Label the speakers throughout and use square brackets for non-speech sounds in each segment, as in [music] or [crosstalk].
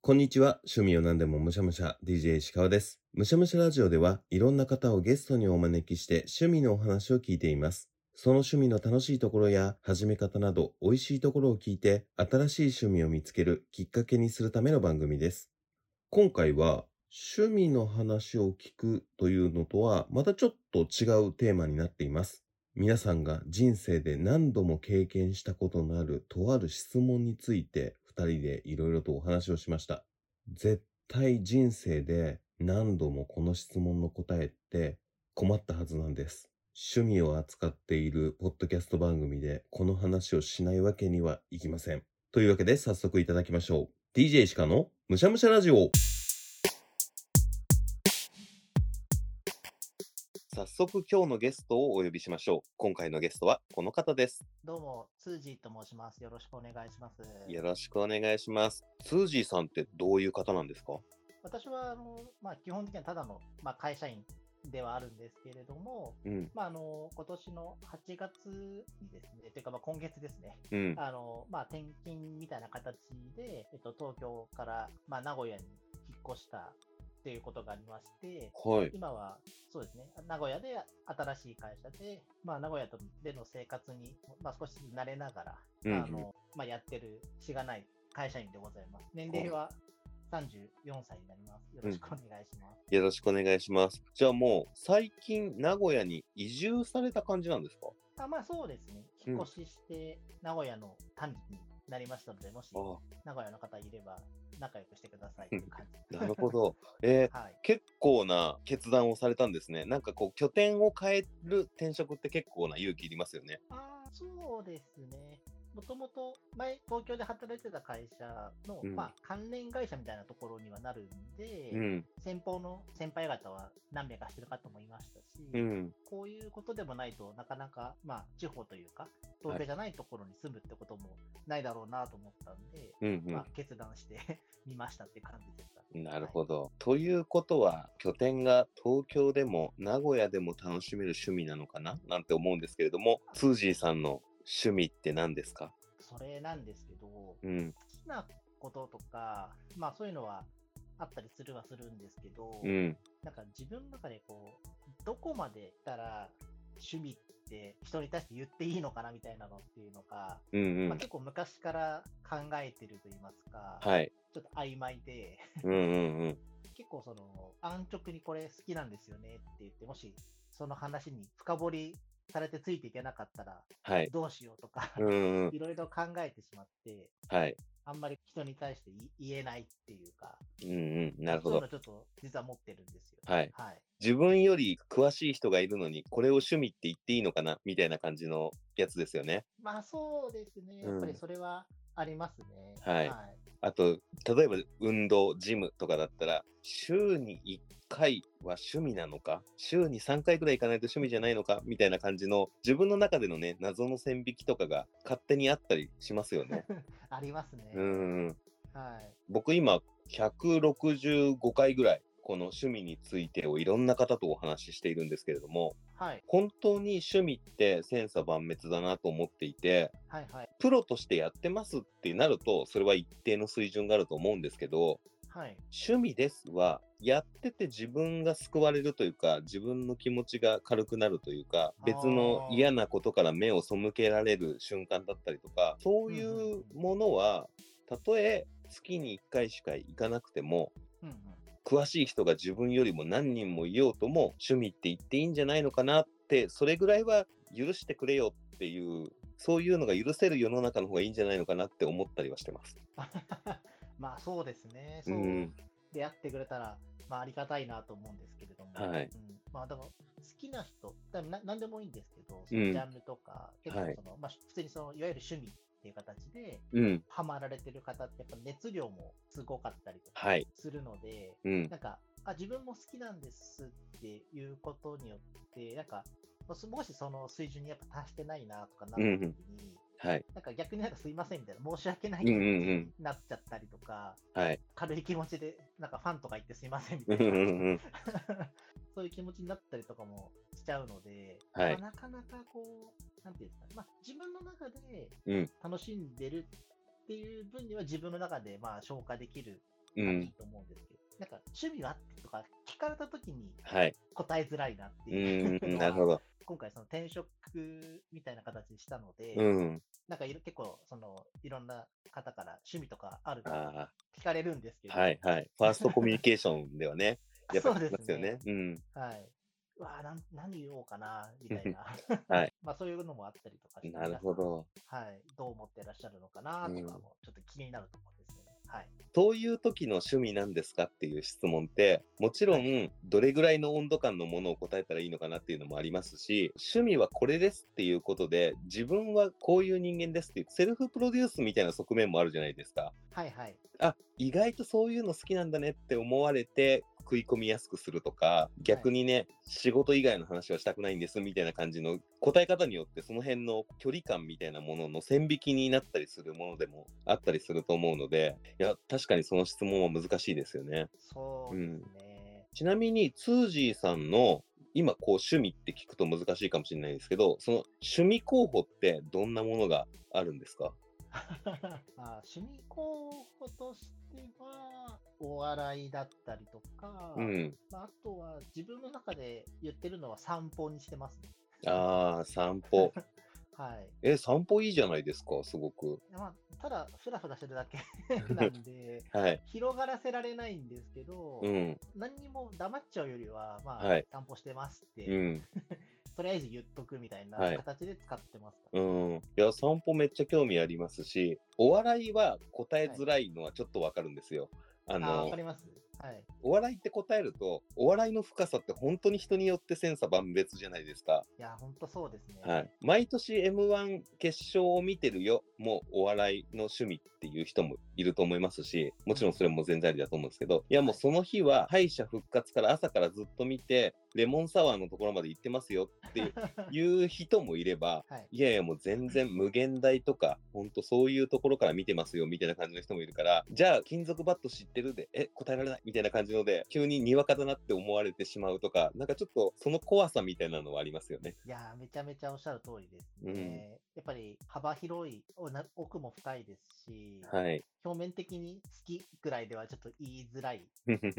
Speaker 1: こんにちは。趣味を何でもむしゃむしゃ、DJ 石川です。むしゃむしゃラジオでは、いろんな方をゲストにお招きして、趣味のお話を聞いています。その趣味の楽しいところや、始め方など、美味しいところを聞いて、新しい趣味を見つけるきっかけにするための番組です。今回は、趣味の話を聞くというのとは、またちょっと違うテーマになっています。皆さんが人生で何度も経験したことのあるとある質問について二人でいろいろとお話をしました。絶対人生で何度もこの質問の答えって困ったはずなんです。趣味を扱っているポッドキャスト番組でこの話をしないわけにはいきません。というわけで早速いただきましょう。DJ シカのむしゃむしゃラジオ早速今日のゲストをお呼びしましょう。今回のゲストはこの方です。
Speaker 2: どうも、ツージーと申します。よろしくお願いします。
Speaker 1: よろしくお願いします。ツージーさんってどういう方なんですか
Speaker 2: 私はあの、まあ、基本的にはただの、まあ、会社員ではあるんですけれども、
Speaker 1: うん。
Speaker 2: まあ、あの今年の8月にですね、というかまあ今月ですね、
Speaker 1: うん。
Speaker 2: あのまあ、転勤みたいな形で、えっと、東京から、まあ、名古屋に引っ越したっていうことがありまして、
Speaker 1: はい。
Speaker 2: 今は、そうですね、名古屋で新しい会社で、まあ、名古屋での生活に、まあ、少し慣れながら、
Speaker 1: うんうん
Speaker 2: あのまあ、やってる、しがない会社員でございます。年齢は34歳になります。よろしくお願いします。
Speaker 1: よろしくお願いします。じゃあもう最近名古屋に移住された感じなんですか
Speaker 2: あまあ、そうですね、
Speaker 1: うん
Speaker 2: 引っ越しして、名古屋の短期になりましたので、もし
Speaker 1: あ
Speaker 2: 名古屋の方いれば、仲良くしてくださいという感
Speaker 1: あ、
Speaker 2: じ。
Speaker 1: なるほど。 [laughs] えー
Speaker 2: はい。
Speaker 1: 結構な決断をされたんですね。なんかこう拠点を変える転職って結構な勇気いりますよね。
Speaker 2: あーそうですね。もともと前、東京で働いてた会社の、
Speaker 1: うん
Speaker 2: まあ、関連会社みたいなところにはなるんで、
Speaker 1: うん。
Speaker 2: 先方の先輩方は何名かしてる方もいましたし、
Speaker 1: うん。
Speaker 2: こういうことでもないとなかなか、まあ、地方というか、東京じゃないところに住むってこともないだろうなと思ったんで、
Speaker 1: うん、うん
Speaker 2: まあ、決断して [laughs] みましたって感じでした。
Speaker 1: なるほど。ということは、拠点が東京でも名古屋でも楽しめる趣味なのかななんて思うんですけれども、ツージーさんの趣味って何ですか
Speaker 2: それなんですけど、
Speaker 1: うん。
Speaker 2: 好きなこととか、まあ、そういうのはあったりするはするんですけど、
Speaker 1: うん。
Speaker 2: なんか自分の中でこう、どこまで行ったら趣味って人に対して言っていいのかなみたいなのっていうのが、
Speaker 1: うんう
Speaker 2: まあ、
Speaker 1: ん。
Speaker 2: 結構昔から考えてると言いますか、
Speaker 1: [laughs] はい。
Speaker 2: ちょっと曖昧で、
Speaker 1: うんうんうん。
Speaker 2: 結構その安直にこれ好きなんですよねって言って、もしその話に深掘りされてついていけなかったら
Speaker 1: はい。
Speaker 2: どうしようとか、
Speaker 1: うんうん。
Speaker 2: [laughs] いろいろ考えてしまって、
Speaker 1: はい。
Speaker 2: あんまり人に対してい言えないっていうか、
Speaker 1: うんうん。なるほ
Speaker 2: そうい
Speaker 1: ど。
Speaker 2: うのちょっと実は持ってるんですよ。
Speaker 1: はい。
Speaker 2: はい。
Speaker 1: 自分より詳しい人がいるのに、これを趣味って言っていいのかなみたいな感じのやつですよね。
Speaker 2: まあそうですね。
Speaker 1: うん
Speaker 2: やっぱりそれはありますね。
Speaker 1: はいあと、例えば運動、ジムとかだったら、週に1回は趣味なのか、週に3回くらい行かないと趣味じゃないのか、みたいな感じの、自分の中でのね、謎の線引きとかが勝手にあったりしますよね。
Speaker 2: ありますね。
Speaker 1: うん。
Speaker 2: はい。
Speaker 1: 僕今、165回ぐらい、この趣味についてをいろんな方とお話ししているんですけれども、
Speaker 2: はい。
Speaker 1: 本当に趣味って千差万別だなと思っていて、
Speaker 2: はい。はい。
Speaker 1: プロとしてやってますってなると、それは一定の水準があると思うんですけど、
Speaker 2: はい。
Speaker 1: 趣味ですは、やってて自分が救われるというか、自分の気持ちが軽くなるというか、別の
Speaker 2: あー
Speaker 1: 嫌なことから目を背けられる瞬間だったりとか、そうい
Speaker 2: んうん
Speaker 1: うものは、たとえ月に1回しか行かなくても、
Speaker 2: うんうん。
Speaker 1: 詳しい人が自分よりも何人もいようとも趣味って言っていいんじゃないのかなってそれぐらいは許してくれよっていうそういうのが許せる世の中の方がいいんじゃないのかなって思ったりはしてます。
Speaker 2: [laughs] まあそうですね。
Speaker 1: う
Speaker 2: そう。
Speaker 1: ん、
Speaker 2: 出会ってくれたら、まあ、ありがたいなと思うんですけれども、
Speaker 1: はい
Speaker 2: うんまあ、でも好きな人、だな何でもいいんですけど、そ
Speaker 1: うん
Speaker 2: のジャンルとか、結
Speaker 1: は
Speaker 2: 構
Speaker 1: い
Speaker 2: その、まあ、普通にそのいわゆる趣味っていう形で、
Speaker 1: うん、
Speaker 2: ハマられてる方って、やっぱ熱量もすごかったりとか
Speaker 1: はい、
Speaker 2: するので、
Speaker 1: うん、
Speaker 2: なんかあ、自分も好きなんですっていうことによって、なんか、もしもしその水準にやっぱ達してないなとかなった時に、
Speaker 1: はい、
Speaker 2: なんか逆になんかすいませんみたいな、申し訳な
Speaker 1: う
Speaker 2: い
Speaker 1: ん
Speaker 2: で
Speaker 1: う
Speaker 2: す
Speaker 1: んう
Speaker 2: っ
Speaker 1: ん
Speaker 2: てなっちゃったりとか、
Speaker 1: はい、
Speaker 2: 軽い気持ちで、なんかファンとか言ってすいませんみた
Speaker 1: う
Speaker 2: い
Speaker 1: んう
Speaker 2: な、
Speaker 1: んうん、
Speaker 2: そういう気持ちになったりとかもしちゃうので、
Speaker 1: はい
Speaker 2: まあなかなかこう、なんていうんですか、まあ、自分の中で
Speaker 1: うん
Speaker 2: 楽しんでるっていう分には、自分の中でまあ消化できる
Speaker 1: うん
Speaker 2: い [laughs] いと思うんですけど、なんか趣味はとか聞かれたときに
Speaker 1: はい。
Speaker 2: 答えづらいなって
Speaker 1: う
Speaker 2: いう、 [laughs]
Speaker 1: ん、なるほど。
Speaker 2: 今回その転職みたいな形にしたので、
Speaker 1: うん。
Speaker 2: なんかいろ結構そのいろんな方から趣味とかあるか
Speaker 1: あ
Speaker 2: 聞かれるんですけど、
Speaker 1: あ、はい、はい。ファーストコミュニケーションでは
Speaker 2: [laughs]
Speaker 1: ね、やっぱ
Speaker 2: そう
Speaker 1: り聞
Speaker 2: で
Speaker 1: きますすよね
Speaker 2: ね。。
Speaker 1: うん。
Speaker 2: はい。うわあ、なん何言おうかな、みたいな。
Speaker 1: [laughs]
Speaker 2: [laughs]
Speaker 1: はい。
Speaker 2: まあそういうのもあったりとかして
Speaker 1: なるほ。ど。
Speaker 2: 皆さんはい。どう思ってらっしゃるのかな、と
Speaker 1: うん
Speaker 2: かも、ちょっと気になるところですよね。はい。
Speaker 1: そういう時の趣味なんですかっていう質問って、もちろん、どれぐらいの温度感のものを答えたらいいのかなっていうのもありますし、趣味はこれですっていうことで、自分はこういう人間ですっていう、セルフプロデュースみたいな側面もあるじゃないですか。
Speaker 2: はいはい。
Speaker 1: あ、意外とそういうの好きなんだねって思われて、食い込みやすくするとか、逆にね、仕事以外の話はしたくないんですみたいな感じの答え方によって、その辺の距離感みたいなものの線引きになったりするものでもあったりすると思うので、いや、確かにその質問は難しいですよね。
Speaker 2: そうです [laughs] ね。
Speaker 1: ちなみに、ツージーさんの今、こう、趣味って聞くと難しいかもしれないですけど、その趣味候補ってどんなものがあるんですか
Speaker 2: あ趣味候補としては、お笑いだったりとか、
Speaker 1: うん。
Speaker 2: まあ、あとは自分の中で言ってるのは散歩にしてますね。
Speaker 1: ああ、散歩。
Speaker 2: はい。
Speaker 1: え、散歩いいじゃないですか、すごく。
Speaker 2: まあ、ただ、ふらふらしてるだけ [laughs] なんで、
Speaker 1: はい。
Speaker 2: 広がらせられないんですけど、
Speaker 1: うん。
Speaker 2: 何にも黙っちゃうよりは、まあ、
Speaker 1: はい
Speaker 2: 散歩してますって、
Speaker 1: うん。
Speaker 2: とりあえず言っとくみたいな
Speaker 1: はい
Speaker 2: 形で使ってますか
Speaker 1: う
Speaker 2: ら、
Speaker 1: ん。いや、散歩めっちゃ興味ありますし、お笑いは答えづらいのはちょっとわかるんですよ。あ
Speaker 2: あーわ
Speaker 1: の
Speaker 2: かりますはい。
Speaker 1: お笑いって答えると、お笑いの深さって本当に人によって千差万別じゃないですか。
Speaker 2: いや、本当そうですね。
Speaker 1: はい。毎年 M1 決勝を見てるよ、もうお笑いの趣味っていう人もいると思いますし、もちろんそれも全然ありだと思うんですけど、いやもうその日は敗者復活から朝からずっと見て、レモンサワーのところまで行ってますよっていう人もいれば、
Speaker 2: はい。
Speaker 1: いやいや、もう全然無限大とか、ほんとそういうところから見てますよ、みたいな感じの人もいるから、じゃあ、金属バット知ってるで、え、答えられないみたいな感じので、急ににわかだなって思われてしまうとか、なんかちょっと、その怖さみたいなのはありますよね。
Speaker 2: いやー、めちゃめちゃおっしゃる通りですね。やっぱり幅広い、おな奥も深いですし、
Speaker 1: はい。
Speaker 2: 表面的に好きぐらいではちょっと言いづらい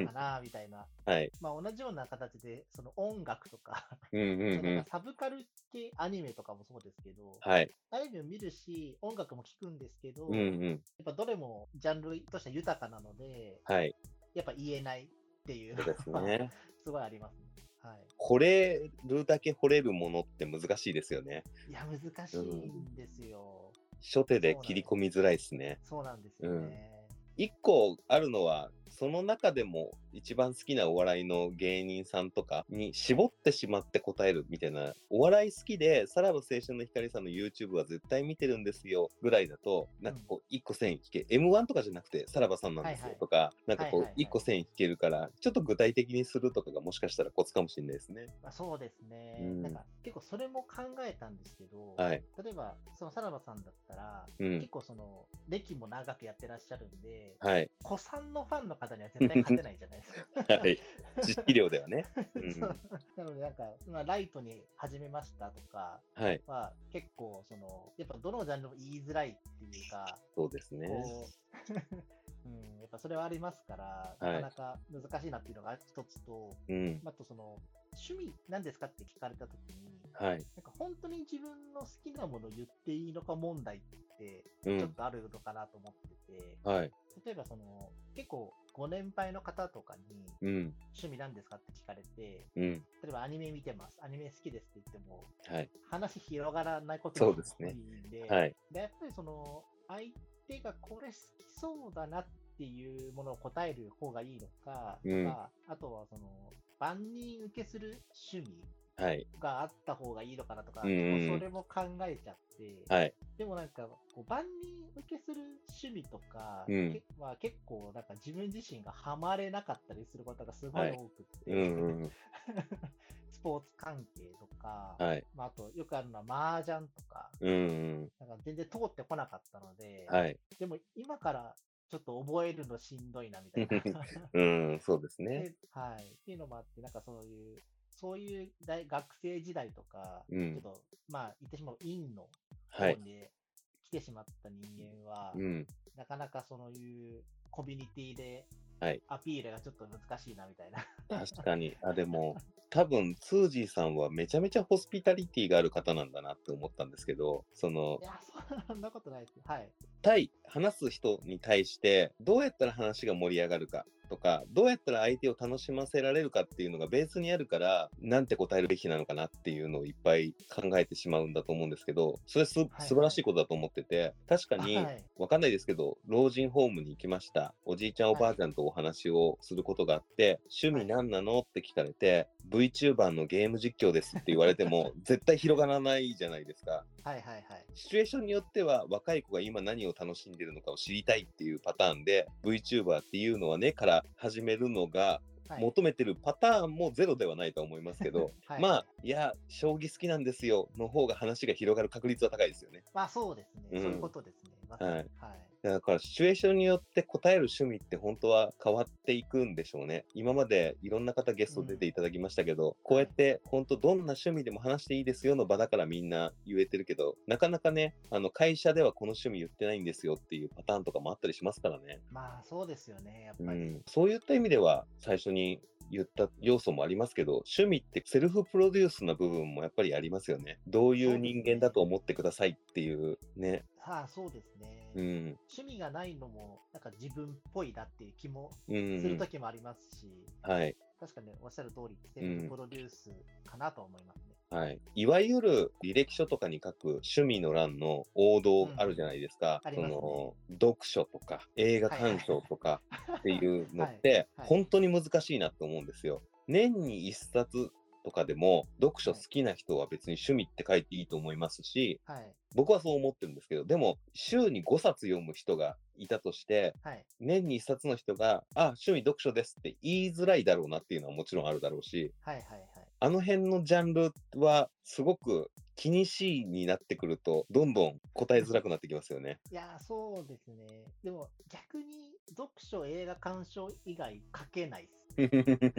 Speaker 2: かな、みたいな。
Speaker 1: [laughs] はい。
Speaker 2: まあ、同じような形で、その音楽とか、
Speaker 1: うんうん
Speaker 2: その
Speaker 1: うん。
Speaker 2: サブカル系アニメとかもそうですけど、
Speaker 1: はい。
Speaker 2: アニメを見るし、音楽も聴くんですけど、
Speaker 1: うん
Speaker 2: やっ
Speaker 1: うん。
Speaker 2: ぱどれもジャンルとして豊かなので、
Speaker 1: はい。
Speaker 2: やっぱ言えないっていう
Speaker 1: そうです
Speaker 2: のは
Speaker 1: ね。
Speaker 2: [laughs] すごいありますね。はい、
Speaker 1: 惚れるだけ惚れるものって難しいですよね。
Speaker 2: いや、難しいんですよ。
Speaker 1: 初手で切り込みづらいですね。
Speaker 2: そうなんですよね。
Speaker 1: 一個あるのは、その中でも一番好きなお笑いの芸人さんとかに絞ってしまって答えるみたいな、お笑い好きで、さらば青春の光さんの YouTube は絶対見てるんですよぐらいだと、なんかこう、一個線引け、M1 とかじゃなくて、さらばさんなんです
Speaker 2: は
Speaker 1: よ
Speaker 2: いはい
Speaker 1: とか、なんか
Speaker 2: は
Speaker 1: こ
Speaker 2: いは
Speaker 1: う
Speaker 2: いは、い
Speaker 1: 一個線引けるから、ちょっと具体的にするとかがもしかしたらコツかもしれないですね。
Speaker 2: まあ、そうですね、
Speaker 1: うん
Speaker 2: なんか結構それも考えたんですけど、
Speaker 1: はい。
Speaker 2: 例えば、そのさらばさんだったら、
Speaker 1: うん
Speaker 2: 結構その、歴も長くやってらっしゃるんで、
Speaker 1: はい。
Speaker 2: 子さんのファンの方には絶対勝てないじゃないですか。
Speaker 1: はい。知識量ではね。 [laughs] うん
Speaker 2: [laughs] そうなので、なんか、まあ、ライトに始めましたとか
Speaker 1: はい。
Speaker 2: は、結構、その、やっぱどのジャンルも言いづらいっていうか、
Speaker 1: そうですね。
Speaker 2: こう、 [laughs] うん、やっぱそれはありますから、
Speaker 1: はい
Speaker 2: なかなか難しいなっていうのが一つと、
Speaker 1: うん。
Speaker 2: あとその、趣味なんですかって聞かれたときに、
Speaker 1: はい。
Speaker 2: なんか本当に自分の好きなものを言っていいのか問題って、
Speaker 1: う
Speaker 2: ちょっ
Speaker 1: ん。
Speaker 2: とあるのかなと思ってて、
Speaker 1: はい。
Speaker 2: 例えばその、結構、ご年配の方とかに、
Speaker 1: うん。
Speaker 2: 趣味なんですかって聞かれて、
Speaker 1: うん。
Speaker 2: 例えばアニメ見てます、アニメ好きですって言っても、
Speaker 1: はい。
Speaker 2: 話広がらないこと
Speaker 1: そ
Speaker 2: が
Speaker 1: うです
Speaker 2: 多い
Speaker 1: ね
Speaker 2: んで、
Speaker 1: はい。
Speaker 2: でやっぱりその、相手がこれ好きそうだなっていうものを答える方がいいのか、
Speaker 1: うん
Speaker 2: まあ、あとはその、万人受けする趣味
Speaker 1: はい。
Speaker 2: があった方がいいのかなとか、
Speaker 1: うんうん
Speaker 2: 結構それも考えちゃって、
Speaker 1: はい。
Speaker 2: でもなんか、こう万人受けする趣味とか、
Speaker 1: うん
Speaker 2: けまあ、結構なんか自分自身がハマれなかったりすることがすごい
Speaker 1: はい
Speaker 2: 多くって、
Speaker 1: うんうんうん。
Speaker 2: [laughs] スポーツ関係とか、
Speaker 1: はい。
Speaker 2: まあ、あとよくあるのは麻雀とか、
Speaker 1: うんうん
Speaker 2: なんか全然通ってこなかったので、
Speaker 1: うん。はい。
Speaker 2: でも今からちょっと覚えるのしんどいなみたいな。
Speaker 1: うん、そうです [laughs] ね。
Speaker 2: ではい。っていうのもあって、なんかそういう、そういう大学生時代とか、
Speaker 1: うん
Speaker 2: ちょっと、まあ言ってしまう陰の
Speaker 1: は
Speaker 2: 方
Speaker 1: い。
Speaker 2: に来てしまった人間は、
Speaker 1: うん。
Speaker 2: なかなかそういうコミュニティで
Speaker 1: はい
Speaker 2: アピールがちょっと難しいなみたいな。
Speaker 1: 確かに。あ、でも、多分、ツージーさんはめちゃめちゃホスピタリティがある方なんだなって思ったんですけど、その
Speaker 2: い、や、そんなことないです。はい。
Speaker 1: 対、話す人に対して、どうやったら話が盛り上がるかとか、どうやったら相手を楽しませられるかっていうのがベースにあるから、なんて答えるべきなのかなっていうのをいっぱい考えてしまうんだと思うんですけど、それす、
Speaker 2: はい
Speaker 1: 素晴らしいことだと思ってて、確かに、
Speaker 2: はい。
Speaker 1: わかんないですけど、老人ホームに行きました。おじいちゃんおばあちゃんとお話をすることがあって、趣味何なのって聞かれて、VTuber のゲーム実況ですって言われて
Speaker 2: [laughs]
Speaker 1: も、絶対広がらないじゃないですか。
Speaker 2: はいはいはい。
Speaker 1: シチュエーションによっては、若い子が今何を楽しんでるのかを知りたいっていうパターンで、VTuber っていうのはね、から始めるのが、
Speaker 2: はい、
Speaker 1: 求めてるパターンもゼロではないと思いますけど、
Speaker 2: [laughs] はい
Speaker 1: まあ、いや、将棋好きなんですよ、の方が話が広がる確率は高いですよね。
Speaker 2: まあそうですね、
Speaker 1: うん
Speaker 2: そういうことですね。まさに
Speaker 1: はい
Speaker 2: はい。
Speaker 1: だからシチュエーションによって答える趣味って本当は変わっていくんでしょうね。今までいろんな方ゲスト出ていただきましたけど、こうやって本当どんな趣味でも話していいですよの場だからみんな言えてるけど、なかなかね、あの会社ではこの趣味言ってないんですよっていうパターンとかもあったりしますからね。
Speaker 2: まあそうですよね、やっ
Speaker 1: う
Speaker 2: ぱり。
Speaker 1: ん、そういった意味では最初に言った要素もありますけど、趣味ってセルフプロデュースな部分もやっぱりありますよね。どういう人間だと思ってくださいっていうね。
Speaker 2: さあそうですね、
Speaker 1: うん。
Speaker 2: 趣味がないのも、なんか自分っぽいなっていう気も
Speaker 1: うん
Speaker 2: す
Speaker 1: う
Speaker 2: る
Speaker 1: ん。
Speaker 2: ときもありますし、
Speaker 1: はい。
Speaker 2: 確かにおっしゃる通り、セルフプロデュースかなと思いますね。
Speaker 1: はい、いわゆる履歴書とかに書く趣味の欄の王道あるじゃないですか、
Speaker 2: うんあり
Speaker 1: そ
Speaker 2: ますね
Speaker 1: の読書とか映画鑑賞とかっていうのって
Speaker 2: はいはい
Speaker 1: 本当に難しいなと思うんですよ。年に1冊とかでも読書好きな人は別に趣味って書いていいと思いますし
Speaker 2: はい、
Speaker 1: 僕はそう思ってるんですけどでも週に5冊読む人がいたとして
Speaker 2: はい、
Speaker 1: 年に1冊の人が「あ趣味読書です」って言いづらいだろうなっていうのはもちろんあるだろうし。
Speaker 2: はい、はい、はい。
Speaker 1: あの辺のジャンルはすごく気にしいになってくると、どんどん答えづらくなってきますよね。
Speaker 2: [laughs] いやー、そうですね。でも逆に読書、映画鑑賞以外書けないです。 [laughs]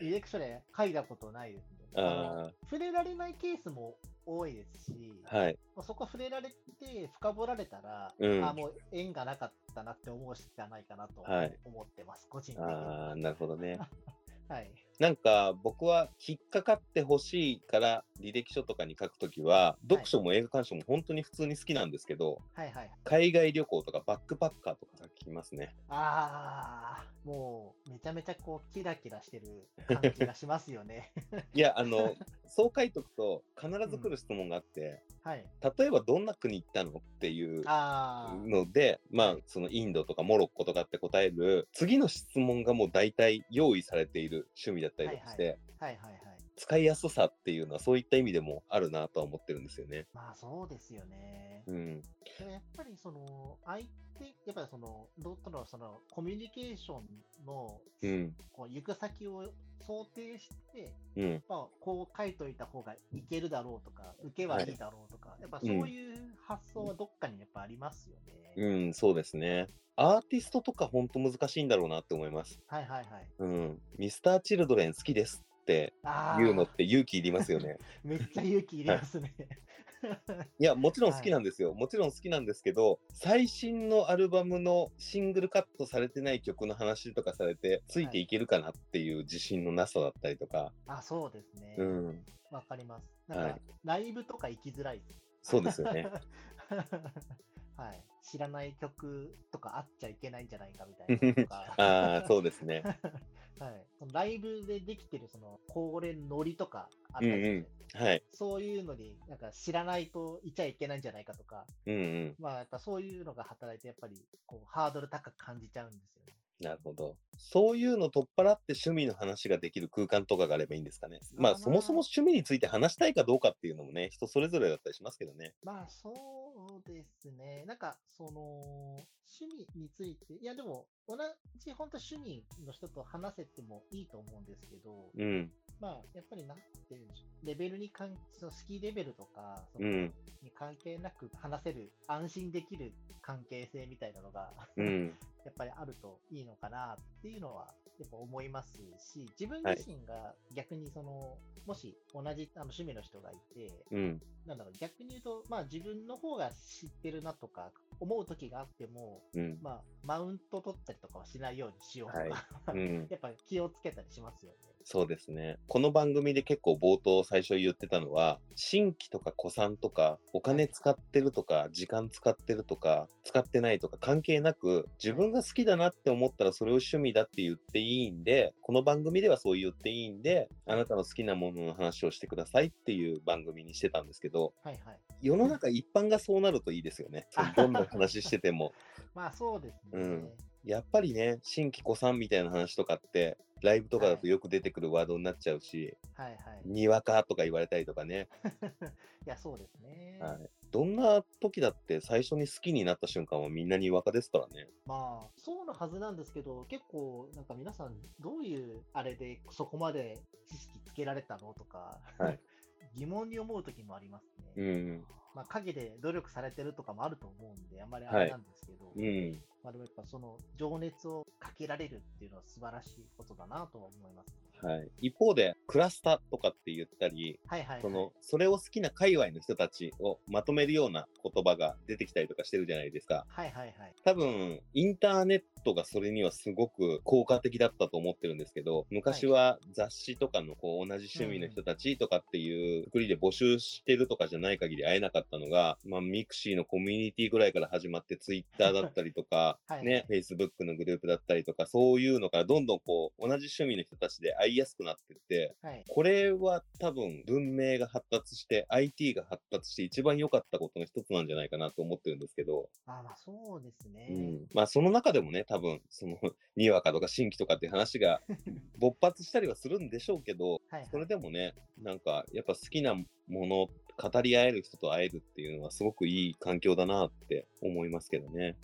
Speaker 2: リレクションで書いたことないですね。あの
Speaker 1: あ
Speaker 2: 触れられないケースも多いですし、
Speaker 1: あ、はい。
Speaker 2: まあそこ触れられて深掘られたら、
Speaker 1: うん
Speaker 2: あもう縁がなかったなって思うしかないかなと
Speaker 1: はい
Speaker 2: 思ってます、個人的に。
Speaker 1: ああ、なるほどね。
Speaker 2: はい。
Speaker 1: なんか僕は引っかかってほしいから履歴書とかに書くときは、読書も映画鑑賞も本当に普通に好きなんですけど、
Speaker 2: はいはい。
Speaker 1: 海外旅行とかバックパッカーとか書きます
Speaker 2: [laughs]
Speaker 1: ね。
Speaker 2: ああ、もうめちゃめちゃこうキラキラしてる感じがします
Speaker 1: [laughs]
Speaker 2: よね。
Speaker 1: いや、あの、そう書いとくと必ず来る質問があって、
Speaker 2: はい。
Speaker 1: 例えばどんな国行ったのっていう
Speaker 2: ああ、
Speaker 1: ので、まあ、そのインドとかモロッコとかって答える、次の質問がもう大体用意されている趣味だったりとかして、
Speaker 2: はいはいはい。
Speaker 1: 使いやすさっていうのはそういった意味でもあるなとは思ってるんですよね。
Speaker 2: まあそうですよね。
Speaker 1: うん。
Speaker 2: でもやっぱりその相手、やっぱりその、どとのそのコミュニケーションの
Speaker 1: うん。
Speaker 2: こう行く先を想定して、
Speaker 1: うん。
Speaker 2: まあ、こう書いといた方がいけるだろうとか、受けはいいだろうとか、やっぱそういう発想はどっかにやっぱありますよね。
Speaker 1: うん、そうですね。アーティストとかほんと難しいんだろうなって思います。
Speaker 2: はいはいはい。
Speaker 1: うん。ミスター・チルドレン好きですって
Speaker 2: ああ、
Speaker 1: 言うのって勇気いりますよね。
Speaker 2: めっちゃ勇気いりますね。
Speaker 1: いや、もちろん
Speaker 2: はい
Speaker 1: 好きなんですよ。もちろん好きなんですけど、最新のアルバムのシングルカットされてない曲の話とかされて、ついていけるかなっていう自信のなさだったりとか。
Speaker 2: [laughs] あそうですね
Speaker 1: う。ん。
Speaker 2: わ、かります。なん
Speaker 1: は
Speaker 2: か
Speaker 1: い、
Speaker 2: ライブとか行きづらいです。
Speaker 1: そうですよ [laughs] ね。
Speaker 2: はい、知らない曲とかあっちゃいけないんじゃないかみたいなのとか
Speaker 1: [laughs] ああ、そうですね。
Speaker 2: [laughs] はい、そのライブでできてるその恒例のノリとかあったりする
Speaker 1: うんはい。
Speaker 2: そういうのになんか知らないといちゃいけないんじゃないかとか、
Speaker 1: うんうん。
Speaker 2: まあ、やっぱそういうのが働いてやっぱりこうハードル高く感じちゃうんですよね。
Speaker 1: なるほど。そういうの取っ払って趣味の話ができる空間とかがあればいいんですかね。まあ、
Speaker 2: まあ
Speaker 1: そもそも趣味について話したいかどうかっていうのもね、人それぞれだったりしますけどね。
Speaker 2: まあそうですね。なんかその趣味について、いやでも同じ本当趣味の人と話せてもいいと思うんですけど、
Speaker 1: うん。
Speaker 2: まあやっぱりなんて言うんでしょう、レベルに関、その好きレベルとか、その
Speaker 1: うん。
Speaker 2: に関係なく話せる、安心できる関係性みたいなのが、
Speaker 1: うん。
Speaker 2: やっぱりあるといいのかなっていうのは、やっぱ思いますし、自分自身が逆にその、もし同じあの趣味の人がいて、
Speaker 1: うん。
Speaker 2: なんだろう、逆に言うと、まあ自分の方が知ってるなとか、思う時があっても、
Speaker 1: うん。
Speaker 2: まあ、マウント取ったりとかはしないようにしようとか、
Speaker 1: はいうん。
Speaker 2: [laughs] やっぱ気をつけたりしますよね。
Speaker 1: そうですね。この番組で結構冒頭最初言ってたのは、新規とか古参とか、お金使ってるとか、時間使ってるとか、使ってないとか関係なく、自分が好きだなって思ったらそれを趣味だって言っていいんで、この番組ではそう言っていいんで、あなたの好きなものの話をしてくださいっていう番組にしてたんですけど、
Speaker 2: はいはい。
Speaker 1: 世の中一般がそうなるといいですよね。そうどんな話してて [laughs] も。
Speaker 2: まあそうですね。
Speaker 1: うんやっぱりね、新規子さんみたいな話とかって、ライブとかだとよく出てくるワードになっちゃうし、
Speaker 2: はいはい。い
Speaker 1: にわかとか言われたりとかね、
Speaker 2: や、そうですね。
Speaker 1: はい、どんな時だって最初に好きになった瞬間はみんなにわかですからね。
Speaker 2: まあ、そうなはずなんですけど、結構、なんか皆さん、どういうあれでそこまで知識つけられたのとか、
Speaker 1: はい
Speaker 2: [laughs] 疑問に思う時もありますね。
Speaker 1: うん、
Speaker 2: まあ、陰で努力されてるとかもあると思うんで、あんまりあれなんですけど、
Speaker 1: うん、
Speaker 2: まあ、でもやっぱその情熱をかけられるっていうのは素晴らしいことだなとは思います、ね。
Speaker 1: はい。一方で、クラスタとかって言ったり、
Speaker 2: はいはいはい。
Speaker 1: その、それを好きな界隈の人たちをまとめるような言葉が出てきたりとかしてるじゃないですか。
Speaker 2: はいはいはい。、
Speaker 1: 多分、インターネットがそれにはすごく効果的だったと思ってるんですけど、昔は雑誌とかのこう同じ趣味の人たちとかっていうくくりで募集してるとかじゃない限り会えなかったのが、まあ、ミクシーのコミュニティぐらいから始まって、ツイッターだったりとか [laughs]
Speaker 2: はい
Speaker 1: ね、Facebook のグループだったりとか、そういうのからどんどんこう、同じ趣味の人たちで会いやすくなってって、
Speaker 2: はい。
Speaker 1: これは多分文明が発達して、IT が発達して一番良かったことの一つなんじゃないかなと思ってるんですけど、
Speaker 2: あまあそうですね。
Speaker 1: うんまあその中でもね多分その [laughs] にわかとか新規とかっていう話 [laughs] が勃発したりはするんでしょうけど
Speaker 2: はい、はい。
Speaker 1: それでもねなんかやっぱ好きなもの語り合える人と会えるっていうのはすごくいい環境だなって思いますけどね。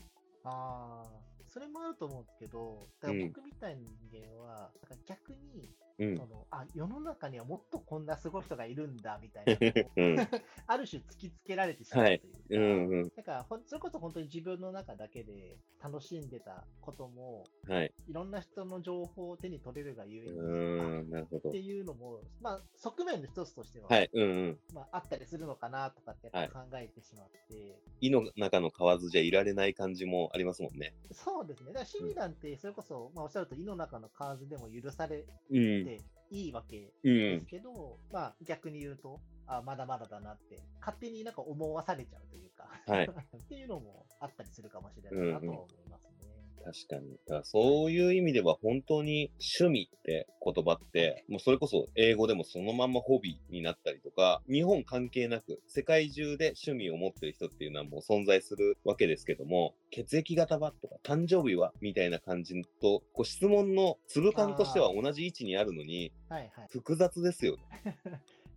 Speaker 2: ああ、それもあると思うんですけど、だから僕みたいな人間は、なんか逆に、
Speaker 1: うん、
Speaker 2: そのあ、世の中にはもっとこんなすごい人がいるんだみたいなのを
Speaker 1: [laughs] うん
Speaker 2: ある種突きつけられてしまうと
Speaker 1: はい
Speaker 2: いうか、
Speaker 1: [laughs] うんうん
Speaker 2: だからほんそれこそ本当に自分の中だけで楽しんでたことも、
Speaker 1: はい、
Speaker 2: いろんな人の情報を手に取れるがゆえ
Speaker 1: う
Speaker 2: に、
Speaker 1: ー
Speaker 2: あ
Speaker 1: んなるほ
Speaker 2: っ
Speaker 1: ど
Speaker 2: て。いうのも、まあ、側面の一つとしては、
Speaker 1: はい、うんうん。
Speaker 2: まあ、あったりするのかなとかってやっぱ考えてしまって、
Speaker 1: 胃の中の蛙じゃいられない感じもありますもんね。
Speaker 2: そうですね、だから趣味なんて、それこそ、まあ、おっしゃると、胃の中の蛙でも許され
Speaker 1: うん。
Speaker 2: ていいわけ
Speaker 1: う
Speaker 2: です
Speaker 1: ん。
Speaker 2: けど、まあ、逆に言うと、あまだまだだなって、勝手になんか思わされちゃうというか、
Speaker 1: はい。
Speaker 2: [laughs] っていうのもあったりするかもしれないなとは思いますね。
Speaker 1: 確かに。だからそういう意味では本当に趣味って言葉って、もうそれこそ英語でもそのまんまホビーになったりとか、日本関係なく世界中で趣味を持ってる人っていうのはもう存在するわけですけども、血液型はとか誕生日はみたいな感じと、こう質問の粒感としては同じ位置にあるのに、
Speaker 2: はいはい。
Speaker 1: 複雑ですよね。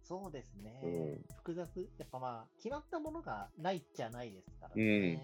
Speaker 2: そうですね。
Speaker 1: うん
Speaker 2: 複雑。やっぱまあ、決まったものがないじゃないですからね。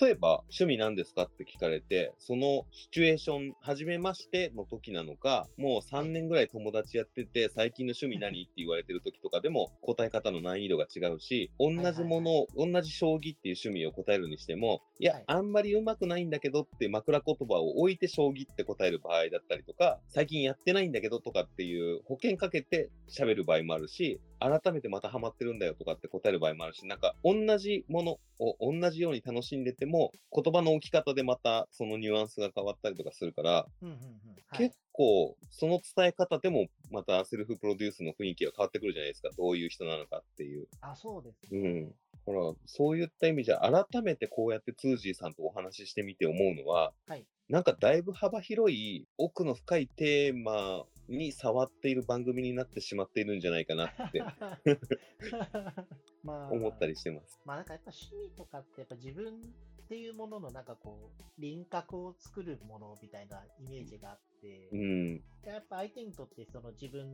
Speaker 1: 例えば、趣味なんですかって聞かれて、そのシチュエーション、初めましての時なのか、もう3年ぐらい友達やってて、最近の趣味何って言われてる時とかでも、答え方の難易度が違うし、同じものを、同じ将棋っていう趣味を答えるにしても、いや、
Speaker 2: はい
Speaker 1: あんまり上手くないんだけどって枕言葉を置いて将棋って答える場合だったりとか、最近やってないんだけどとかっていう保険かけて喋る場合もあるし、改めてまたハマってるんだよとかって答える場合もあるし、なんか同じものを同じように楽しんでても、言葉の置き方でまたそのニュアンスが変わったりとかするから、
Speaker 2: うんうんうん。はい
Speaker 1: 結。構その伝え方でもまたセルフプロデュースの雰囲気が変わってくるじゃないですか、どういう人なのかっていう。
Speaker 2: あ、そうです
Speaker 1: う
Speaker 2: ね。
Speaker 1: ん。ほら、そういった意味じゃ、改めてこうやってツージーさんとお話ししてみて思うのは、
Speaker 2: はい
Speaker 1: なんかだいぶ幅広い、奥の深いテーマに触っている番組になってしまっているんじゃないかなって
Speaker 2: [laughs] [laughs] まあ、
Speaker 1: 思ったりしてます。
Speaker 2: まあなんかやっぱ趣味とかってやっぱ自分っていうもののなんかこう輪郭を作るものみたいなイメージがあって、
Speaker 1: うん。
Speaker 2: でやっぱ相手にとってその自分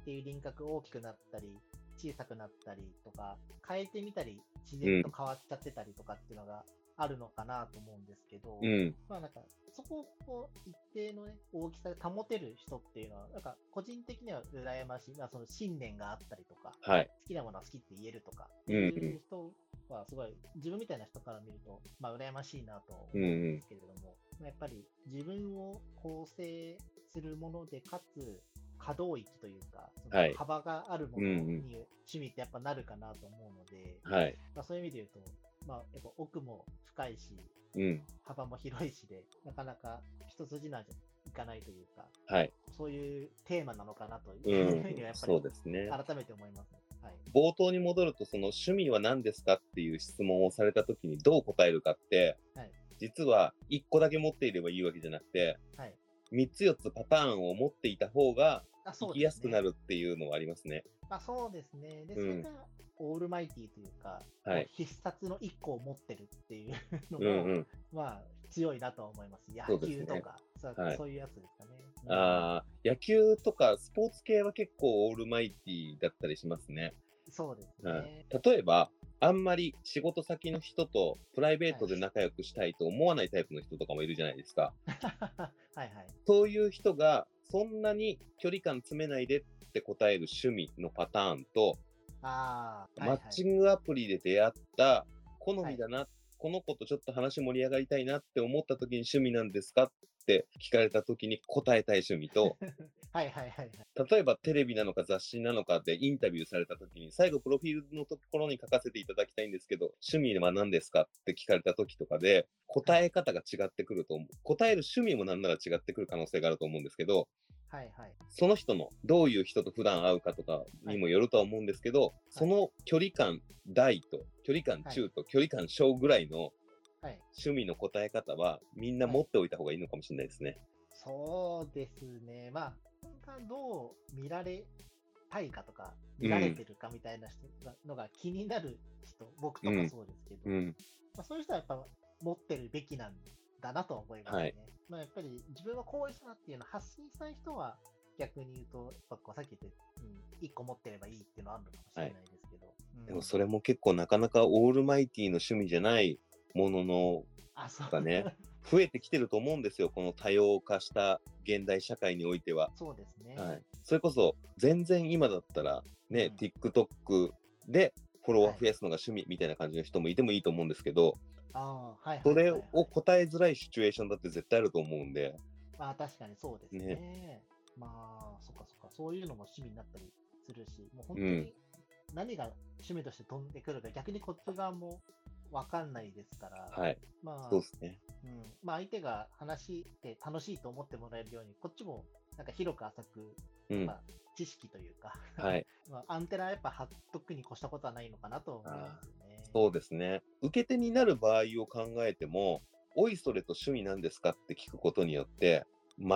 Speaker 2: っていう輪郭大きくなったり小さくなったりとか変えてみたり自然と変わっちゃってたりとかっていうのがあるのかなと思うんですけど、
Speaker 1: うん。
Speaker 2: まあなんかそこをこう一定の、ね、大きさで保てる人っていうのはなんか個人的には羨ましい、まあ、その信念があったりとか
Speaker 1: はい。
Speaker 2: 好きなものは好きって言えるとか、
Speaker 1: うん
Speaker 2: そういう人はすごい、自分みたいな人から見ると、まあ、羨ましいなと思うんですけれども、まあやっぱり自分を構成するもので、かつ、可動域というか、そ
Speaker 1: はい
Speaker 2: の幅があるものに
Speaker 1: うんうん
Speaker 2: 趣味ってやっぱなるかなと思うので、
Speaker 1: はい。
Speaker 2: まあ、そういう意味で言うと、まあ、やっぱ奥も深いし、
Speaker 1: うん。
Speaker 2: 幅も広いしで、なかなか一筋縄じゃいかないというか、
Speaker 1: はい。
Speaker 2: そういうテーマなのかなと
Speaker 1: う
Speaker 2: いうふうにはや
Speaker 1: ん
Speaker 2: っ。ぱ
Speaker 1: そう
Speaker 2: り
Speaker 1: ですね。
Speaker 2: 改めて思いますね。はい。
Speaker 1: 冒頭に戻ると、その趣味は何ですかっていう質問をされたときにどう答えるかって、
Speaker 2: はい
Speaker 1: 実は1個だけ持っていればいいわけじゃなくて、
Speaker 2: はい。
Speaker 1: 3つ4つパターンを持っていた方が
Speaker 2: あ、そ
Speaker 1: 生
Speaker 2: う
Speaker 1: き
Speaker 2: で
Speaker 1: や
Speaker 2: す
Speaker 1: す
Speaker 2: ね。
Speaker 1: くなるっていうのはありますね。
Speaker 2: まあそうですね。で、そ
Speaker 1: うん
Speaker 2: れがオールマイティーというか、
Speaker 1: はい。
Speaker 2: 必殺の一個を持ってるっていうの
Speaker 1: う
Speaker 2: が、
Speaker 1: んうん。
Speaker 2: まあ強いなとは思います。野
Speaker 1: そうですね
Speaker 2: 球とか、そう,、
Speaker 1: はい
Speaker 2: そういうやつですかね。うん
Speaker 1: ああ、野球とかスポーツ系は結構オールマイティだったりしますね。
Speaker 2: そうですね。 [laughs]
Speaker 1: は例えば、あんまり仕事先の人とプライベートで仲良くしたいと思わないタイプの人とかもいるじゃないですか。
Speaker 2: はいはい。
Speaker 1: そういう人がそんなに距離感詰めないでって答える趣味のパターンと、
Speaker 2: ああ、
Speaker 1: マッチングアプリで出会った好みだな、この子とちょっと話盛り上がりたいなって思った時に趣味なんですかって聞かれた時に答えたい趣味と、
Speaker 2: はいはいはいはいはい。
Speaker 1: 例えばテレビなのか雑誌なのかでインタビューされた時に最後プロフィールのところに書かせていただきたいんですけど趣味は何ですかって聞かれた時とかで答え方が違ってくると思う答える趣味もなんなら違ってくる可能性があると思うんですけど
Speaker 2: はいはい。
Speaker 1: その人のどういう人と普段会うかとかにもよるとは思うんですけど、その距離感大と距離感中と距離感小ぐらいの
Speaker 2: はい。
Speaker 1: 趣味の答え方はみんな持っておいた方がいいのかもしれないですね。
Speaker 2: そうですね。まあ、がどう見られたいかとか、見られてるかみたいな人がのが気になる人、僕とかそうですけど、
Speaker 1: うん、
Speaker 2: まあ、そういう人はやっぱ持ってるべきなんだなとは思いますね。
Speaker 1: はい
Speaker 2: まあ、やっぱり自分はこういう人だっていうのを発信したい人は、逆に言うと、やっぱこうさっき言ったように、うん、1個持ってればいいっていうのはあるのかもしれないですけど。うん
Speaker 1: でもそれも結構なかなかオールマイティの趣味じゃないものの
Speaker 2: あ、そう
Speaker 1: だね。増えてきてると思うんですよこの多様化した現代社会においては。
Speaker 2: [laughs] そうですね。
Speaker 1: はい、それこそ全然今だったらね、TikTok でフォロワー増やすのが趣味みたいな感じの人もいてもいいと思うんですけど、
Speaker 2: ああ、はい、はい。
Speaker 1: それ
Speaker 2: はいはい
Speaker 1: を答えづらいシチュエーションだって絶対あると思うんで、
Speaker 2: まあ確かにそうですね。まあ、そっかそっか、そういうのも趣味になったりするし、もう本当
Speaker 1: う
Speaker 2: に
Speaker 1: ん
Speaker 2: 何が趣味として飛んでくるか、逆にこっち側も分かんないですから、
Speaker 1: はい、
Speaker 2: まあ、
Speaker 1: そうですね。
Speaker 2: うん、まあ相手が話して楽しいと思ってもらえるように、こっちもなんか広く浅く、
Speaker 1: うん、
Speaker 2: まあ知識というか、
Speaker 1: はい、
Speaker 2: [laughs] まあアンテナやっぱ張っとくに越したことはないのかなと思いますね。
Speaker 1: そうですね。受け手になる場合を考えても、おいそれと趣味なんですかって聞くことによって、全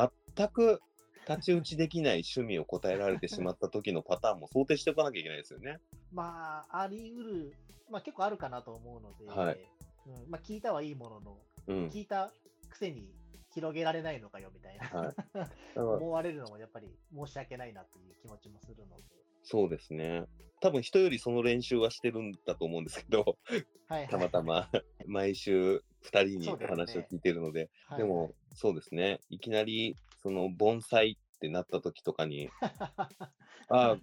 Speaker 1: く太刀打ちできない趣味を答えられてしまった時のパターンも想定しておかなきゃいけないですよね。
Speaker 2: まあ、あり得る、まあ結構あるかなと思うので、
Speaker 1: はい
Speaker 2: うん、まあ聞いたはいいものの、
Speaker 1: うん。
Speaker 2: 聞いたくせに広げられないのかよみたいな、
Speaker 1: はい
Speaker 2: [laughs] 思われるのもやっぱり申し訳ないなという気持ちもするので、
Speaker 1: そうですね。多分人よりその練習はしてるんだと思うんですけど、
Speaker 2: はいはい
Speaker 1: たまたま毎週2人に
Speaker 2: そうですね
Speaker 1: 話を聞いてるので、
Speaker 2: はい
Speaker 1: で
Speaker 2: [laughs]
Speaker 1: も、そうですね。いきなり、その、盆栽ってなった時とかに、
Speaker 2: [laughs]
Speaker 1: ああ、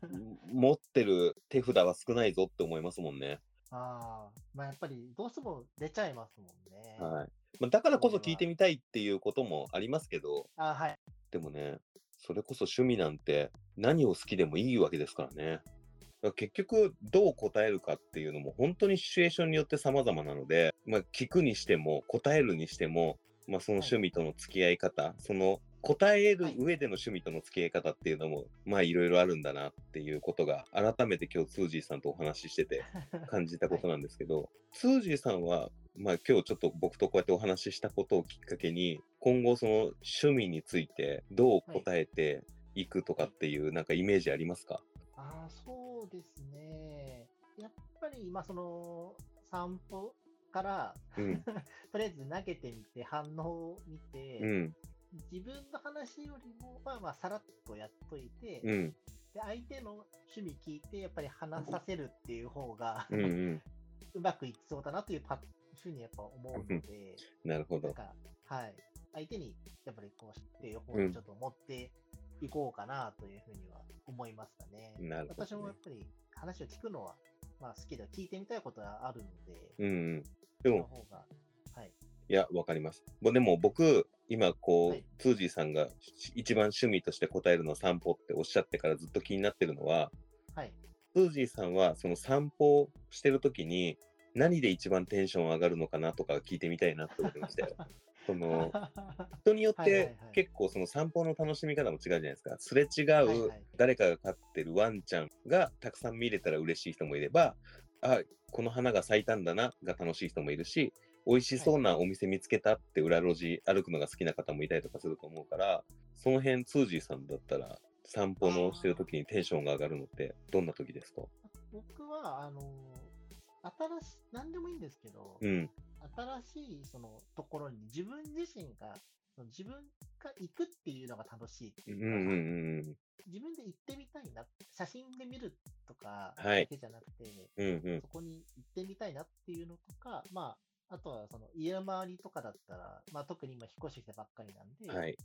Speaker 1: 持ってる手札は少ないぞって思いますもんね。
Speaker 2: あーまあやっぱりどうしても出ちゃいますもんね。
Speaker 1: はい。まあ、だからこそ聞いてみたいっていうこともありますけど、
Speaker 2: あーはい、
Speaker 1: でもね、それこそ趣味なんて何を好きでもいいわけですからね。だから結局、どう答えるかっていうのも本当にシチュエーションによって様々なので、まあ、聞くにしても答えるにしても、まあ、その趣味との付き合い方、その答える上での趣味との付き合い方っていうのも、まあいろいろあるんだなっていうことが改めて今日ツージーさんとお話ししてて感じたことなんですけど、ツージーさんは、まあ、今日ちょっと僕とこうやってお話ししたことをきっかけに今後その趣味についてどう答えていくとかっていうなんかイメージありますか、
Speaker 2: あーそうですね。やっぱり今その散歩から [laughs]
Speaker 1: うん、
Speaker 2: とりあえず投げてみて反応を見て、
Speaker 1: うん、
Speaker 2: 自分の話よりもまあまあさらっとやっといて、
Speaker 1: うん、
Speaker 2: で相手の趣味聞いてやっぱり話させるっていう方が、
Speaker 1: うん、うん。
Speaker 2: [laughs] うまくいきそうだなというパふうにやっぱ思うので、
Speaker 1: なるほ
Speaker 2: なん
Speaker 1: ど。
Speaker 2: か、はい。相手にやっぱりこう知ってる方にちょっと持っていこうかなというふうには思いましたね。
Speaker 1: なるほ
Speaker 2: 私も
Speaker 1: ど、
Speaker 2: やっ
Speaker 1: ね。
Speaker 2: ぱり話を聞くのは、まあ好きで聞いてみたいことはあるので、
Speaker 1: うん、うん。で
Speaker 2: その
Speaker 1: も、
Speaker 2: 方が、はい。
Speaker 1: いや、わかります。ぼでも僕、今こう、
Speaker 2: はい
Speaker 1: ツージーさんがし一番趣味として答えるのは散歩っておっしゃってからずっと気になってるのは、
Speaker 2: はい。
Speaker 1: ツージーさんはその散歩をしてる時に何で一番テンション上がるのかなとか聞いてみたいなって思いました
Speaker 2: [laughs]
Speaker 1: よ。その人によっ
Speaker 2: はいはいは
Speaker 1: て
Speaker 2: い
Speaker 1: 結構その散歩の楽しみ方も違うじゃないですか。すれ違
Speaker 2: いうはい
Speaker 1: 誰かが飼ってるワンちゃんがたくさん見れたら嬉しい人もいれば、あ、この花が咲いたんだなが楽しい人もいるし、美味しそうなお店見つけたって裏路地歩くのが好きな方もいたりとかすると思うから、その辺、ツージーさんだったら散歩のしてる時にテンションが上がるのってどんな時ですか
Speaker 2: 僕は、あの新し、何でもいいんですけど、
Speaker 1: うん。
Speaker 2: 新しいそのところに自分自身が、その自分が行くっていうのが楽しいって
Speaker 1: う
Speaker 2: い
Speaker 1: ん
Speaker 2: う
Speaker 1: う
Speaker 2: か
Speaker 1: んうんうん。
Speaker 2: 自分で行ってみたいな、写真で見るとか
Speaker 1: はい
Speaker 2: だけじゃなくて、
Speaker 1: うんうん。
Speaker 2: そこに行ってみたいなっていうのとか、まあ、あとはその家の周りとかだったら、まあ、特に今引っ越してきたばっかりなんで、
Speaker 1: はい。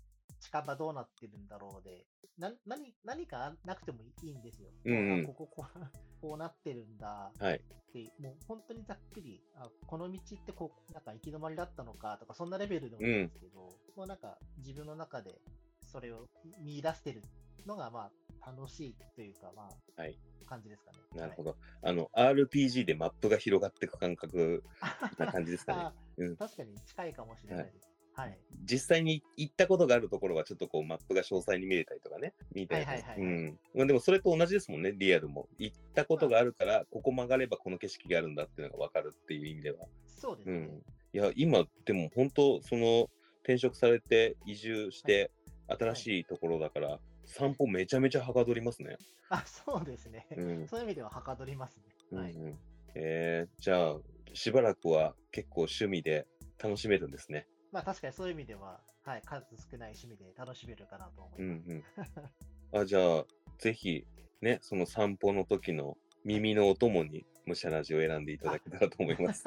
Speaker 2: 近場どうなってるんだろうで、な何何かなくてもいいんですよ。
Speaker 1: うんうん
Speaker 2: あこここうこうなってるんだ
Speaker 1: はい。
Speaker 2: って、もう本当にざっくり、あこの道ってこうなんか行き止まりだったのかとか、そんなレベルでもいいんですけど、もうなんか自分の中でそれを見出してるのが、まあ、楽しいというか、まあ、
Speaker 1: はい
Speaker 2: 感じですかね。
Speaker 1: なるほ
Speaker 2: ど。
Speaker 1: ど。あの、RPG でマップが広がっていく感覚な感じですかね。
Speaker 2: あ
Speaker 1: うん
Speaker 2: 確かに近いかもしれないです。はい。
Speaker 1: 実際に行ったことがあるところはちょっとこうマップが詳細に見れたりとかね、みたいな。
Speaker 2: はいはいはい
Speaker 1: うん。まあでもそれと同じですもんね、リアルも。行ったことがあるから、ここ曲がればこの景色があるんだっていうのが分かるっていう意味では。
Speaker 2: そうです
Speaker 1: う
Speaker 2: ね。
Speaker 1: ん。いや、今でも本当、その転職されて移住して、新しいところだから、散歩めちゃめちゃはかどりますね。
Speaker 2: あ、そうですね。
Speaker 1: うん。
Speaker 2: そういう意味でははかどりますね。はい。
Speaker 1: うんうんえーじゃあ、しばらくは結構趣味で楽しめるんですね。
Speaker 2: まあ確かにそういう意味では、はい、数少ない趣味で楽しめるかなと思
Speaker 1: う
Speaker 2: います。
Speaker 1: んうん。
Speaker 2: [laughs]
Speaker 1: あ、じゃあ、ぜひ、ね、その散歩の時の耳のお供に、武者ラジを選んでいただけたらと思
Speaker 2: [laughs]
Speaker 1: います。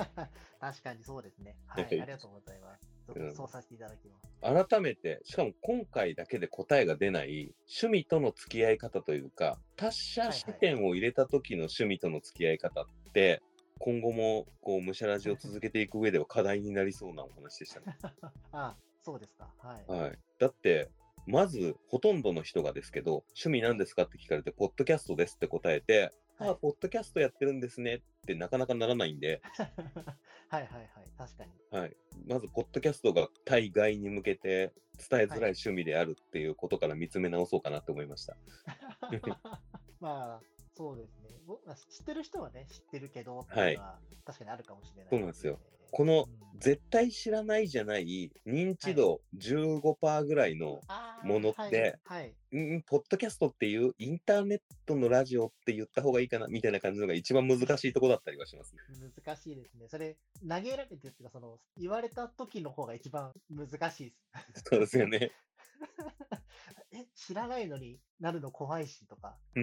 Speaker 2: 確かにそうですね。はい、
Speaker 1: はい
Speaker 2: ありがとうございます。ちょっ
Speaker 1: うん
Speaker 2: とそうさせていただきます。
Speaker 1: 改めて、しかも今回だけで答えが出ない、趣味との付き合い方というか、達者視点を入れた時の趣味との付き合い方って、今後も、こう、武者ラジを続けていく上では課題になりそうなお話でしたね。
Speaker 2: あ、そうですか。はい。
Speaker 1: はい。だって、まず、ほとんどの人がですけど、趣味なんですかって聞かれて、ポッドキャストですって答えて、
Speaker 2: はい
Speaker 1: あ、ポッドキャストやってるんですねってなかなかならないんで、
Speaker 2: [laughs] はいはいはい。確かに。 [laughs]
Speaker 1: はい。まず、ポッドキャストが対外に向けて伝えづらい趣味であるっていうことから見つめ直そうかなと思いました。
Speaker 2: まあ、そうですね。ぼまあ知ってる人はね、知ってるけどっていうのは、確かにあるかもしれない、
Speaker 1: そうなんですよ。この
Speaker 2: うん
Speaker 1: 絶対知らないじゃない認知度15%ぐらいの、
Speaker 2: あー
Speaker 1: ものって
Speaker 2: はい、はい
Speaker 1: うん、ポッドキャストっていうインターネットのラジオって言った方がいいかなみたいな感じのが一番難しいとこだったりはしますね。
Speaker 2: 難しいですね。それ、投げられてっていうか、その、言われた時の方が一番難しいです。
Speaker 1: そうですよね。
Speaker 2: え、知らないのになるの怖いしとか。 [laughs]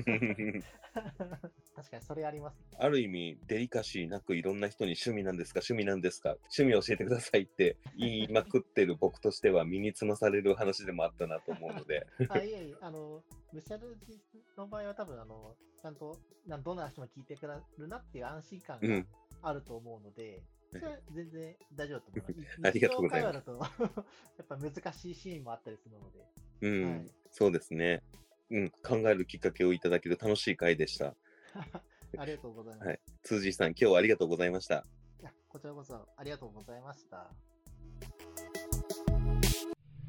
Speaker 2: 確かにそれあります。
Speaker 1: [laughs] ある意味、デリカシーなくいろんな人に趣味なんですか、趣味なんですか、趣味教えてください
Speaker 2: [laughs]
Speaker 1: って言いまくってる僕としては身につまされる話でもあったなと思うの
Speaker 2: [laughs]
Speaker 1: で、
Speaker 2: あ、いえいえ、あの、ムシャルジの場合は多分、あの、ちゃんと、なんどんな人も聞いてくれるなっていう安心感
Speaker 1: うん
Speaker 2: があると思うので、それは全然大丈夫だと思います。
Speaker 1: [laughs] ありがとうございます
Speaker 2: 日常会話だと [laughs] やっぱ難しいシーンもあったりするので。
Speaker 1: うん、
Speaker 2: はい
Speaker 1: そうですね、うん、考えるきっかけをいただける楽しい回でした。
Speaker 2: ありがとうございます。
Speaker 1: はい辻井さん、今日はありがとうございました。
Speaker 2: いやこちらこそありがとうございました。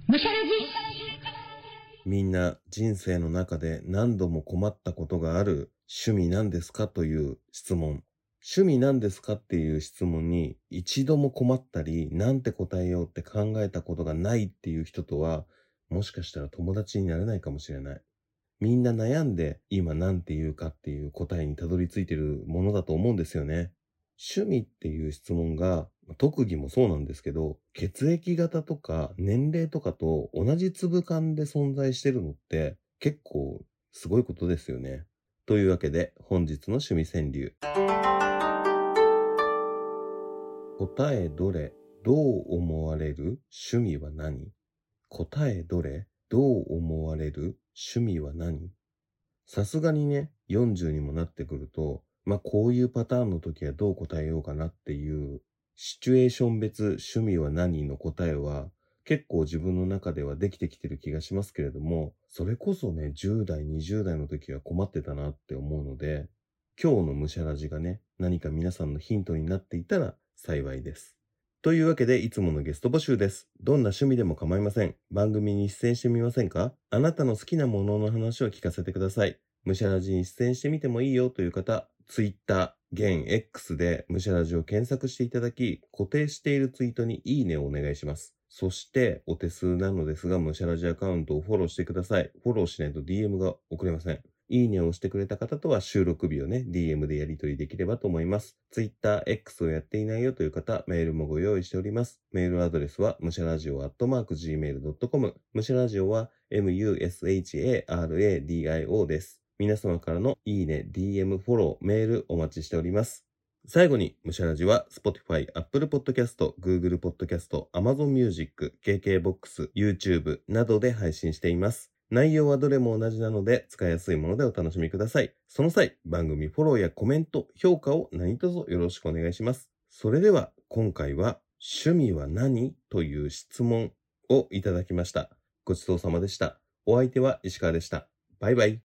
Speaker 3: むしゃらじ
Speaker 4: みんな人生の中で何度も困ったことがある趣味なんですかという質問。趣味なんですかっていう質問に一度も困ったり、なんて答えようって考えたことがないっていう人とは、もしかしたら友達になれないかもしれない。みんな悩んで今なんて言うかっていう答えにたどり着いてるものだと思うんですよね。趣味っていう質問が、特技もそうなんですけど、血液型とか年齢とかと同じ粒感で存在してるのって結構すごいことですよね。というわけで本日の趣味川柳。答えどれどう思われる趣味は何答えどれどう思われる趣味は何さすがにね、40にもなってくると、まあこういうパターンの時はどう答えようかなっていう、シチュエーション別趣味は何の答えは、結構自分の中ではできてきてる気がしますけれども、それこそね、10代、20代の時は困ってたなって思うので、今日のむしゃらじがね、何か皆さんのヒントになっていたら幸いです。というわけで、いつものゲスト募集です。どんな趣味でも構いません。番組に出演してみませんかあなたの好きなものの話を聞かせてください。むしゃらじに出演してみてもいいよという方、Twitter、現 X でむしゃらじを検索していただき、固定しているツイートにいいねをお願いします。そして、お手数なのですが、むしゃらじアカウントをフォローしてください。フォローしないと DM が送れません。いいねを押してくれた方とは収録日をね、DM でやり取りできればと思います。Twitter、X をやっていないよという方、メールもご用意しております。メールアドレスは、むしゃらじお gmail.com。むしゃらじおは、musharadio です。皆様からのいいね、DM、フォロー、メールお待ちしております。最後に、ムシャラジは Spotify、Apple Podcast、Google Podcast、Amazon Music、KKBOX、YouTube などで配信しています。内容はどれも同じなので、使いやすいものでお楽しみください。その際、番組フォローやコメント、評価を何卒よろしくお願いします。それでは、今回は、趣味は何という質問をいただきました。ごちそうさまでした。お相手は石川でした。バイバイ。